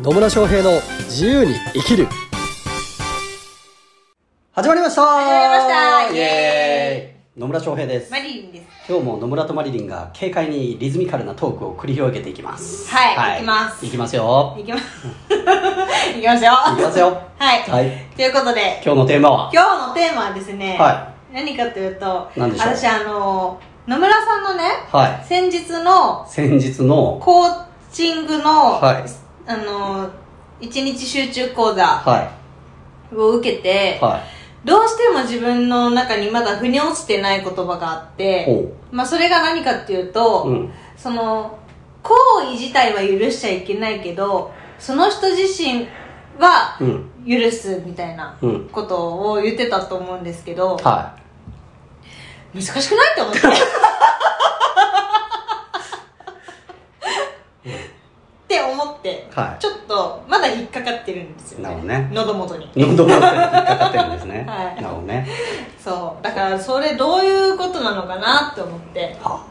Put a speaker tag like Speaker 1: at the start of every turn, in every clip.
Speaker 1: 野村翔平の自由に生きる始まりました
Speaker 2: 始まりました
Speaker 1: イエーイ野村翔平です
Speaker 2: マリリンです。
Speaker 1: 今日も野村とマリリンが軽快にリズミカルなトークを繰り広げていきます
Speaker 2: はいいきます
Speaker 1: いきますよ
Speaker 2: いきます。いきますよ。
Speaker 1: いきますよ
Speaker 2: はい。
Speaker 1: はい
Speaker 2: ということで、
Speaker 1: 今日のテーマは
Speaker 2: 今日のテーマはですね、
Speaker 1: は
Speaker 2: 何かというと、
Speaker 1: 何でしょう
Speaker 2: 私あの、野村さんのね、
Speaker 1: は
Speaker 2: 先日の
Speaker 1: い先日の
Speaker 2: コーチングの、
Speaker 1: はい
Speaker 2: あの、一日集中講座
Speaker 1: は
Speaker 2: を受けて
Speaker 1: い、は
Speaker 2: どうしても自分の中にまだ腑に落ちてない言葉があ
Speaker 1: い
Speaker 2: っ
Speaker 1: お
Speaker 2: て、
Speaker 1: う
Speaker 2: まあそれが何かっていうと、
Speaker 1: うん
Speaker 2: その行為自体は許しちゃいけないけどその人自身は
Speaker 1: うん
Speaker 2: 許すみたいな
Speaker 1: うん
Speaker 2: ことを言ってたと思うんですけど、
Speaker 1: は
Speaker 2: 難しくないって思ってって思って、
Speaker 1: はい
Speaker 2: ちょっとまだ引っかかってるんですよ
Speaker 1: なるほど
Speaker 2: ね
Speaker 1: ね
Speaker 2: 喉元に
Speaker 1: い喉元に引っかかってるんですね、
Speaker 2: はい
Speaker 1: なるほどね
Speaker 2: そうだからそれどういうことなのかなって思って
Speaker 1: は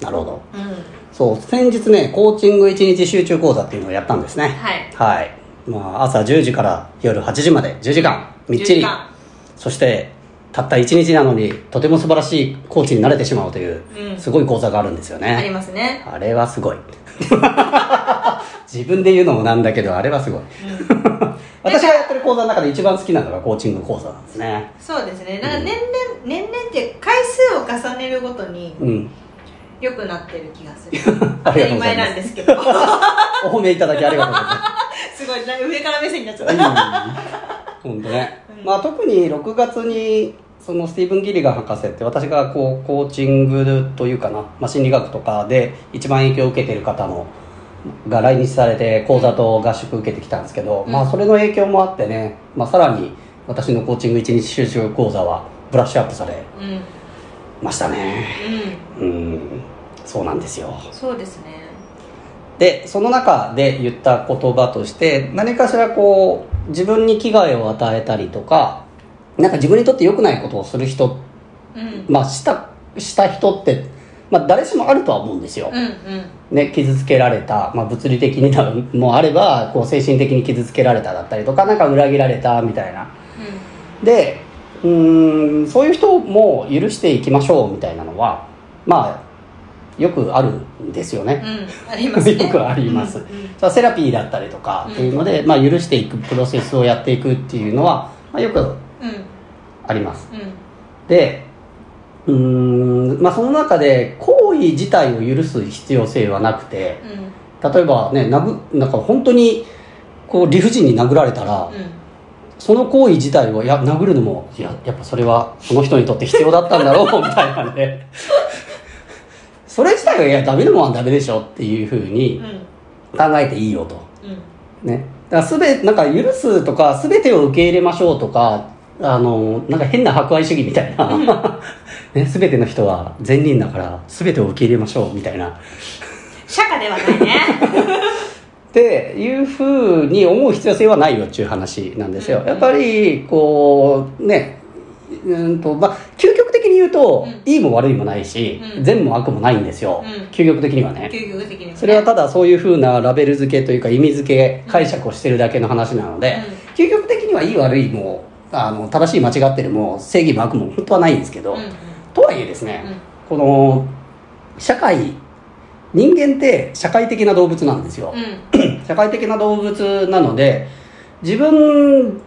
Speaker 1: あなるほど
Speaker 2: うんはい
Speaker 1: そう先日ねコーチング1日集中講座っていうのをやったんですねはい、まあ、朝10時から夜8時まで10時間みっち
Speaker 2: 10
Speaker 1: り
Speaker 2: 時間
Speaker 1: そしてたった1日なのにとても素晴らしいコーチになれてしまうという、
Speaker 2: うん
Speaker 1: すごい講座があるんですよ
Speaker 2: あり
Speaker 1: ね
Speaker 2: ますね、
Speaker 1: あれはすごい 自分で言うのもなんだけどあれはすごい
Speaker 2: うん
Speaker 1: 私がやってる講座の中で一番好きなのがコーチング講座なんですね
Speaker 2: そうですね、なん
Speaker 1: うん
Speaker 2: か年々、年々って回数を重ねるごとに
Speaker 1: うん
Speaker 2: 良くなってる気がする
Speaker 1: あ
Speaker 2: 当
Speaker 1: りがとう
Speaker 2: たり
Speaker 1: ござい
Speaker 2: 前
Speaker 1: ます
Speaker 2: なんです けど
Speaker 1: お褒めいただきありがとうございます
Speaker 2: すごいな上から目線になっちゃった
Speaker 1: 本当ね、
Speaker 2: うん
Speaker 1: まあ、特に6月にそのスティーブン・ギリガン博士って私がこうコーチングというかな、まあ、心理学とかで一番影響を受けている方のが来日されて講座と合宿受けてきたんですけど、
Speaker 2: うん
Speaker 1: まあ、それの影響もあってね、まあ、さらに私のコーチング1日集中講座はブラッシュアップされ
Speaker 2: うんうん
Speaker 1: ましたねうんそうなんですよ
Speaker 2: そうですね
Speaker 1: でその中で言った言葉として何かしらこう自分に危害を与えたりとかなんか自分にとって良くないことをする人
Speaker 2: うん
Speaker 1: まあしたした人って、まあ、誰しもあるとは思うんですよ、
Speaker 2: うんうん
Speaker 1: ね、傷つけられた、まあ、物理的になもあればこう精神的に傷つけられただったりとかなんか裏切られたみたいなでうーんそういう人も許していきましょうみたいなのはまあよくあるんですよね、
Speaker 2: うんうんありますね
Speaker 1: よくあります
Speaker 2: うんうん
Speaker 1: さあセラピーだったりとかっていうので、まあ、許していくプロセスをやっていくっていうのは、まあ、よく
Speaker 2: うん
Speaker 1: あります
Speaker 2: うん
Speaker 1: でうーんまあその中で行為自体を許す必要性はなくて
Speaker 2: うん
Speaker 1: 例えばね殴なんか本当にこう理不尽に殴られたら、
Speaker 2: うん
Speaker 1: その行為自体をいや殴るのもいややっぱそれはその人にとって必要だったんだろうみたいなんでそれ自体がいやダメなもんはダメでしょっていうふうに
Speaker 2: うん
Speaker 1: 考えていいよと。
Speaker 2: うん
Speaker 1: ね、だからすべなんか許すとか全てを受け入れましょうとかあのなんか変な博愛主義みたいな、 ね、全ての人は善人だから全てを受け入れましょうみたいな
Speaker 2: 釈迦ではないね
Speaker 1: っていうふうに思う必要性はないよっていう話なんですよ、
Speaker 2: うん
Speaker 1: やっぱりこうねうんとまあ、究極的に言うと、
Speaker 2: うん
Speaker 1: いいも悪いもないし、
Speaker 2: うん
Speaker 1: 善も悪もないんですよ、
Speaker 2: うん
Speaker 1: 究極的にはね
Speaker 2: 究極的にはね
Speaker 1: それはただそういうふうなラベル付けというか意味付け解釈をしてるだけの話なので、究極的にはいい悪いもあの正しい間違ってるも正義も悪も本当はないんですけど、
Speaker 2: うんうん
Speaker 1: とはいえですね、この社会人間って社会的な動物なんですよ
Speaker 2: う、んうん
Speaker 1: 社会的な動物なので自分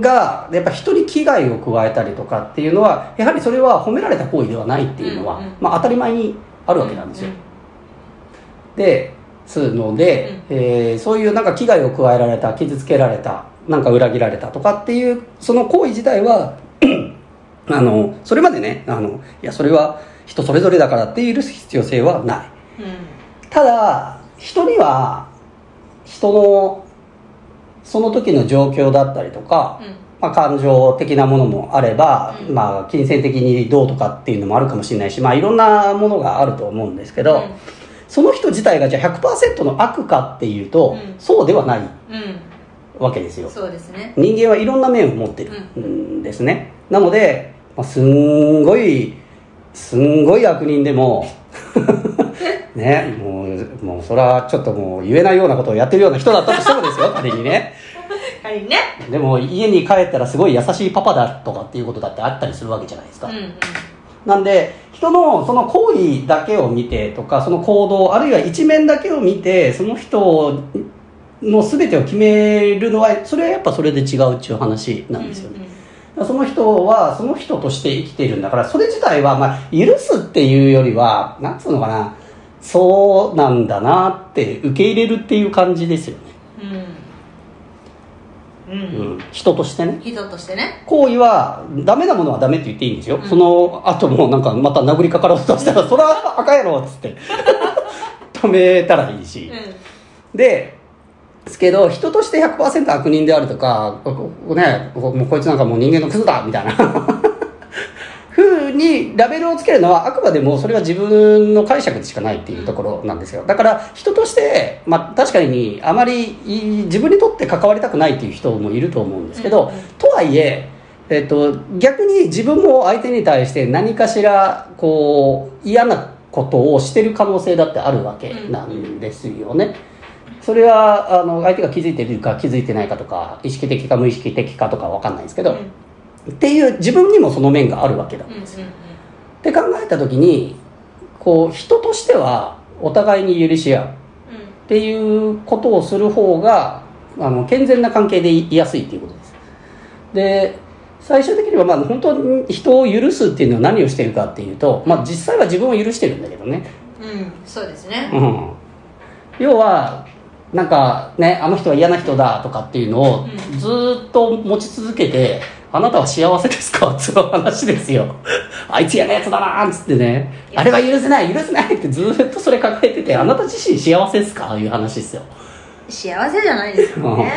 Speaker 1: がやっぱ人に危害を加えたりとかっていうのはやはりそれは褒められた行為ではないっていうのは、
Speaker 2: うんうん
Speaker 1: まあ、当たり前にあるわけなんですよ、
Speaker 2: うん
Speaker 1: ですので、えーそういうなんか危害を加えられた傷つけられたなんか裏切られたとかっていうその行為自体は あのそれまでねあのいやそれは人それぞれだからって許す必要性はないただ人には人のその時の状況だったりとか、まあ、感情的なものもあれば、
Speaker 2: うん
Speaker 1: まあ、金銭的にどうとかっていうのもあるかもしれないし、まあ、いろんなものがあると思うんですけど、その人自体がじゃあ100%の悪かっていうと、
Speaker 2: うん
Speaker 1: そうではない
Speaker 2: うんうん
Speaker 1: わけです
Speaker 2: うん
Speaker 1: よ
Speaker 2: そうです ね
Speaker 1: 人間はいろんな面を持ってるんですね、なので、まあ、すんごいすんごい悪人でもね、もう、もう、それはちょっともう言えないようなことをやってるような人だったとしてもです よ、仮にね。
Speaker 2: 仮にね
Speaker 1: でも、家に帰ったらすごい優しいパパだとかっていうことだってあったりするわけじゃないです
Speaker 2: う
Speaker 1: か。
Speaker 2: んうん
Speaker 1: なんで、人のその行為だけを見てとか、その行動、あるいは一面だけを見て、その人の全てを決めるのは、それはやっぱそれで違うっていう話なんですよね。
Speaker 2: うんうん
Speaker 1: その人はその人として生きているんだからそれ自体はまあ許すっていうよりはなんつうのかなそうなんだなって受け入れるっていう感じですよね、
Speaker 2: うんうん
Speaker 1: うん人としてね
Speaker 2: 人としてね
Speaker 1: 行為はダメなものはダメって言っていいんですよ、
Speaker 2: うん
Speaker 1: その後もなんかまた殴りかかろうとしたら、そら赤やろっつって 止めたらいいし、
Speaker 2: う
Speaker 1: でですけど人として100%悪人であるとかここねこもうこいつなんかもう人間のクズだみたいな ふうにラベルをつけるのはあくまでもそれは自分の解釈でしかないっていうところなんですよだから人として、まあ、確かにあまりい自分にとって関わりたくないっていう人もいると思うんですけど、
Speaker 2: うんうん
Speaker 1: とはいええっと、逆に自分も相手に対して何かしらこう嫌なことをしてる可能性だってあるわけなんですよね。それはあの相手が気づいてるか気づいてないかとか意識的か無意識的かとかわかんないですけど、
Speaker 2: んうん
Speaker 1: っていう自分にもその面があるわけだ。
Speaker 2: うんうん
Speaker 1: って考えた時にこう人としてはお互いに許し合うっていうことをする方があの健全な関係でいいやすいっていうことです。で最終的にはまあ本当に人を許すっていうのは何をしてるかっていうと、まあ、実際は自分を許してるんだけどね、
Speaker 2: うんうんそうですね
Speaker 1: うん、要はなんかねあの人は嫌な人だとかっていうのを
Speaker 2: うん
Speaker 1: ずーっと持ち続けて「あなたは幸せですか?」 っていう話ですよ「あいつ嫌なやつだな」っつってね「あれは許せない許せない」ってずーっとそれ抱えてて「あなた自身幸せですか?」いう話ですよ
Speaker 2: 幸せじゃないですよね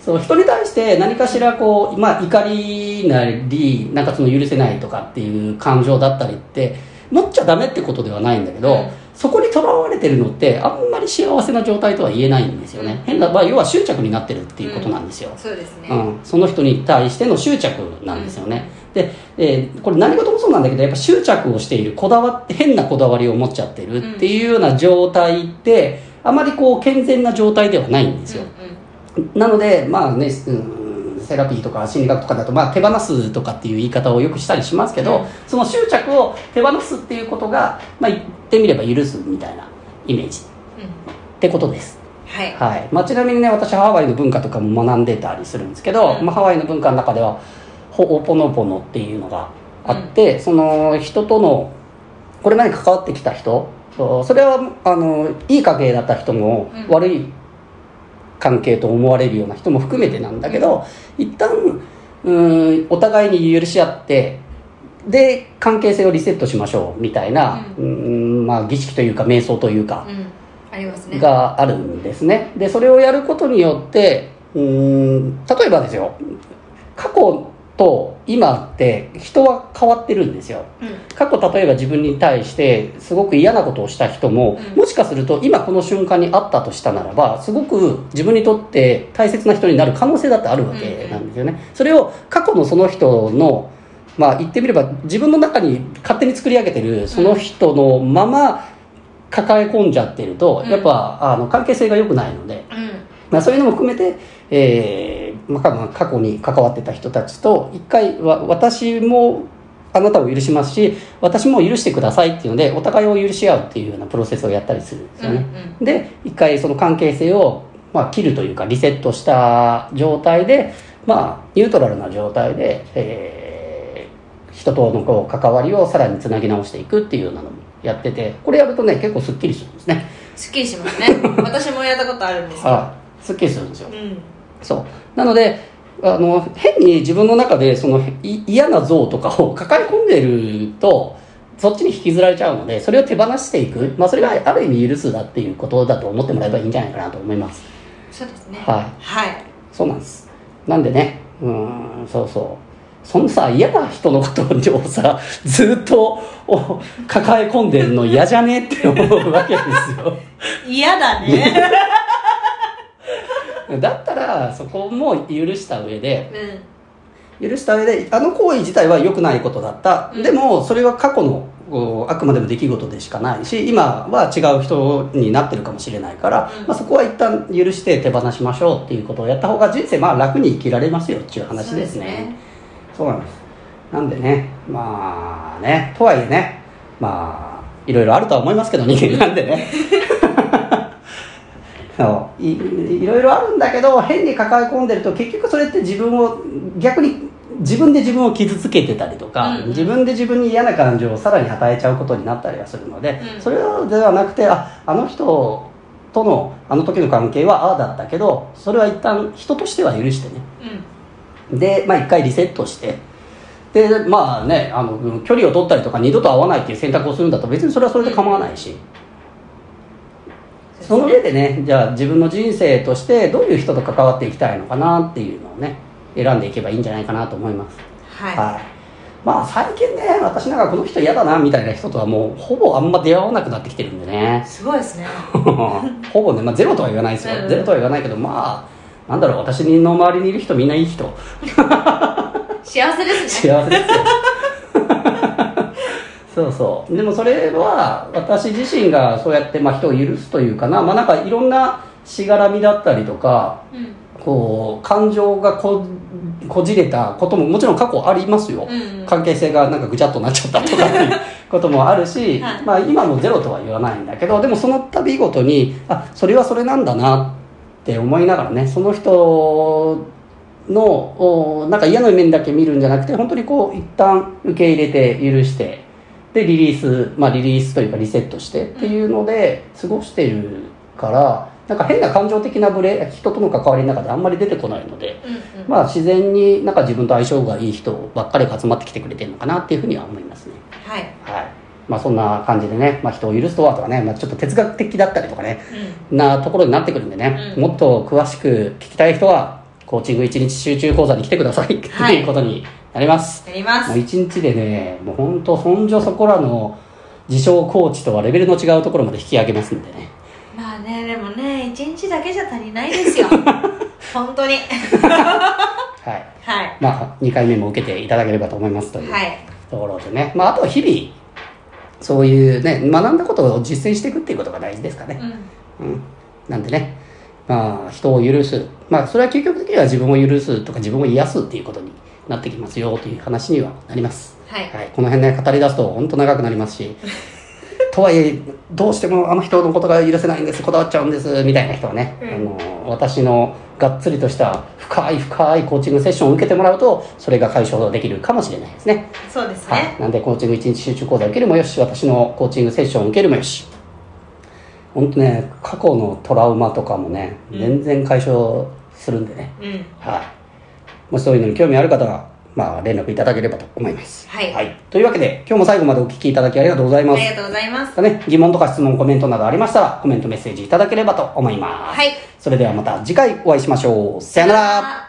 Speaker 1: そう人に対して何かしらこう、まあ、怒りなりなんかその許せないとかっていう感情だったりって持っちゃダメってことではないんだけど、
Speaker 2: うん
Speaker 1: そこにとらわれてるのってあんまり幸せな状態とは言えないんですよね、
Speaker 2: うん
Speaker 1: 変な、まあ、要は執着になってるっていうことなんですよ、
Speaker 2: そうですね
Speaker 1: うん、その人に対しての執着なんですよね、で、えーこれ何事もそうなんだけどやっぱ執着をしているこだわって変なこだわりを持っちゃってるっていうような状態って、あまりこう健全な状態ではないんですよ、なので、まあね、うんセラピーとか心理学とかだと、まあ、手放すとかっていう言い方をよくしたりしますけど、
Speaker 2: うん
Speaker 1: その執着を手放すっていうことが、まあ、言ってみれば許すみたいなイメージ
Speaker 2: うんうん
Speaker 1: ってことです。
Speaker 2: はい
Speaker 1: はい。まあ、ちなみにね、私、ハワイの文化とかも学んでたりするんですけど、
Speaker 2: うん
Speaker 1: まあ、ハワイの文化の中では、ホオポノポノっていうのがあって、その人との、これまで関わってきた人、そうそれは、あの、いい関係だった人も、
Speaker 2: うん
Speaker 1: 悪い関係と思われるような人も含めてなんだけど、一旦、うん、お互いに許し合って、で、関係性をリセットしましょう、みたいな、
Speaker 2: う
Speaker 1: うん、まあ、儀式というか、瞑想というか、
Speaker 2: うんありますね
Speaker 1: があるんですね。で、それをやることによって、うーん、例えばですよ、過去と今って人は変わってるんですよ。
Speaker 2: うん
Speaker 1: 過去例えば自分に対してすごく嫌なことをした人も、
Speaker 2: うん
Speaker 1: もしかすると今この瞬間にあったとしたならばすごく自分にとって大切な人になる可能性だってあるわけなんですよね、それを過去のその人のまあ言ってみれば自分の中に勝手に作り上げてるその人のまま抱え込んじゃってると、
Speaker 2: うん
Speaker 1: やっぱあの関係性が良くないので、
Speaker 2: う
Speaker 1: まあ、そういうのも含めて、えーまあまあ、過去に関わってた人たちと一回わ私もあなたを許しますし私も許してくださいっていうのでお互いを許し合うっていうようなプロセスをやったりするんです
Speaker 2: んう
Speaker 1: よ
Speaker 2: ん
Speaker 1: ね。で一回その関係性を、まあ、切るというかリセットした状態で、まあ、ニュートラルな状態で、えー人とのこう関わりをさらにつなぎ直していくっていうようなのもやっててこれやるとね結構すっきりするんですね。
Speaker 2: すっきりしますね 私もやったことあるんですけど
Speaker 1: あすっきりするんですよ
Speaker 2: う。ん
Speaker 1: そうなのであの変に自分の中でそのい嫌な像とかを抱え込んでるとそっちに引きずられちゃうのでそれを手放していく、まあ、それがある意味許すだっていうことだと思ってもらえばいいんじゃないかなと思います
Speaker 2: そうですね
Speaker 1: はい
Speaker 2: はい
Speaker 1: そうなんですなんでねうーんそうそうそのさ嫌な人のことをさずっとお抱え込んでるの嫌じゃねって思うわけですよ
Speaker 2: 嫌だね
Speaker 1: だったらそこも許した上で
Speaker 2: うん
Speaker 1: 許した上であの行為自体は良くないことだった、
Speaker 2: うん
Speaker 1: でもそれは過去のこうあくまでも出来事でしかないし今は違う人になってるかもしれないから、
Speaker 2: うん
Speaker 1: まあ、そこは一旦許して手放しましょうっていうことをやった方が人生まあ楽に生きられますよっていう話ですね。そうなんですなんでねまあねとはいえねまあいろいろあるとは思いますけど人間なんでね そういいろいろあるんだけど変に抱え込んでると結局それって自分を逆に自分で自分を傷つけてたりとか、
Speaker 2: うんうん
Speaker 1: 自分で自分に嫌な感情をさらに与えちゃうことになったりはするので、
Speaker 2: うん
Speaker 1: それではなくてああの人とのあの時の関係はああだったけどそれは一旦人としては許してね、
Speaker 2: うん
Speaker 1: で、まあ、一回リセットしてでまあねあの距離を取ったりとか二度と会わないっていう選択をするんだと別にそれはそれで構わないし、その上でねじゃあ自分の人生としてどういう人と関わっていきたいのかなっていうのをね選んでいけばいいんじゃないかなと思います、
Speaker 2: はい、
Speaker 1: はいまあ最近ね私なんかこの人嫌だなみたいな人とはもうほぼあんま出会わなくなってきてるんでね
Speaker 2: すごいですね
Speaker 1: ほぼね、まあ、ゼロとは言わないです
Speaker 2: うんう
Speaker 1: よ。
Speaker 2: ん
Speaker 1: ゼロとは言わないけど、まあ、なんだろう、私の周りにいる人みんないい人。
Speaker 2: 幸 せです
Speaker 1: 幸
Speaker 2: ね
Speaker 1: せですよ。そうそう。でもそれは、私自身がそうやって、まあ、人を許すというかな、まあ、なんかいろんなしがらみだったりとか、
Speaker 2: うん
Speaker 1: こう、感情がここじれたことももちろん過去ありますよ。
Speaker 2: うんうん
Speaker 1: 関係性がなんかぐちゃっとなっちゃったとかっていうこともあるし、
Speaker 2: はい
Speaker 1: まあ今もゼロとは言わないんだけどでもその度ごとにあそれはそれなんだなって思いながらねその人のおなんか嫌な面だけ見るんじゃなくて本当にこう一旦受け入れて許してでリリースまあリリースというかリセットしてっていうので過ごしてるからなんか変な感情的なブレ人との関わりの中であんまり出てこないので。
Speaker 2: うんうん
Speaker 1: まあ、自然になんか自分と相性がいい人ばっかりが集まってきてくれてるのかなっていうふうには思いますね。
Speaker 2: はい
Speaker 1: はい。まあ、そんな感じでね、まあ、人を許すとはとかね、まあ、ちょっと哲学的だったりとかね、なところになってくるんでね、
Speaker 2: うん
Speaker 1: もっと詳しく聞きたい人は、コーチング一日集中講座に来てくださいって
Speaker 2: はい
Speaker 1: いうことになります。
Speaker 2: やります
Speaker 1: もう一日でね、もう本当、そんじょそこらの自称コーチとはレベルの違うところまで引き上げますんでね。
Speaker 2: まあねでもね一日だけじゃ足りないで すよ本当に
Speaker 1: はい。
Speaker 2: はい
Speaker 1: まあ、2回目も受けていただければと思いますという。
Speaker 2: はい
Speaker 1: ところでね、まあ、あとは日々そういうね学んだことを実践していくっていうことが大事ですかね、
Speaker 2: うん
Speaker 1: うん、なんでねまあ人を許すまあそれは究極的には自分を許すとか自分を癒すっていうことになってきますよという話にはなります、
Speaker 2: はい
Speaker 1: はい、この辺ね語り出すと本当長くなります しとはいえどうしてもあの人のことが許せないんですこだわっちゃうんですみたいな人はね、
Speaker 2: うん
Speaker 1: あの私のがっつりとした深い深いコーチングセッションを受けてもらうとそれが解消できるかもしれないですね
Speaker 2: そうです
Speaker 1: はい
Speaker 2: ね、
Speaker 1: なんでコーチング一日集中講座受けるもよし私のコーチングセッション受けるもよし本当ね過去のトラウマとかもね
Speaker 2: うん
Speaker 1: 全然解消するんでね、
Speaker 2: うん
Speaker 1: はいもしそういうのに興味ある方はまあ連絡いただければと思います
Speaker 2: はい
Speaker 1: というわけで今日も最後までお聞きいただきありがとうございま
Speaker 2: あ
Speaker 1: す
Speaker 2: りがとうございます
Speaker 1: またね疑問とか質問コメントなどありましたらコメントメッセージいただければと思います、
Speaker 2: はい
Speaker 1: それではまた次回お会いしましょうさよなら
Speaker 2: あ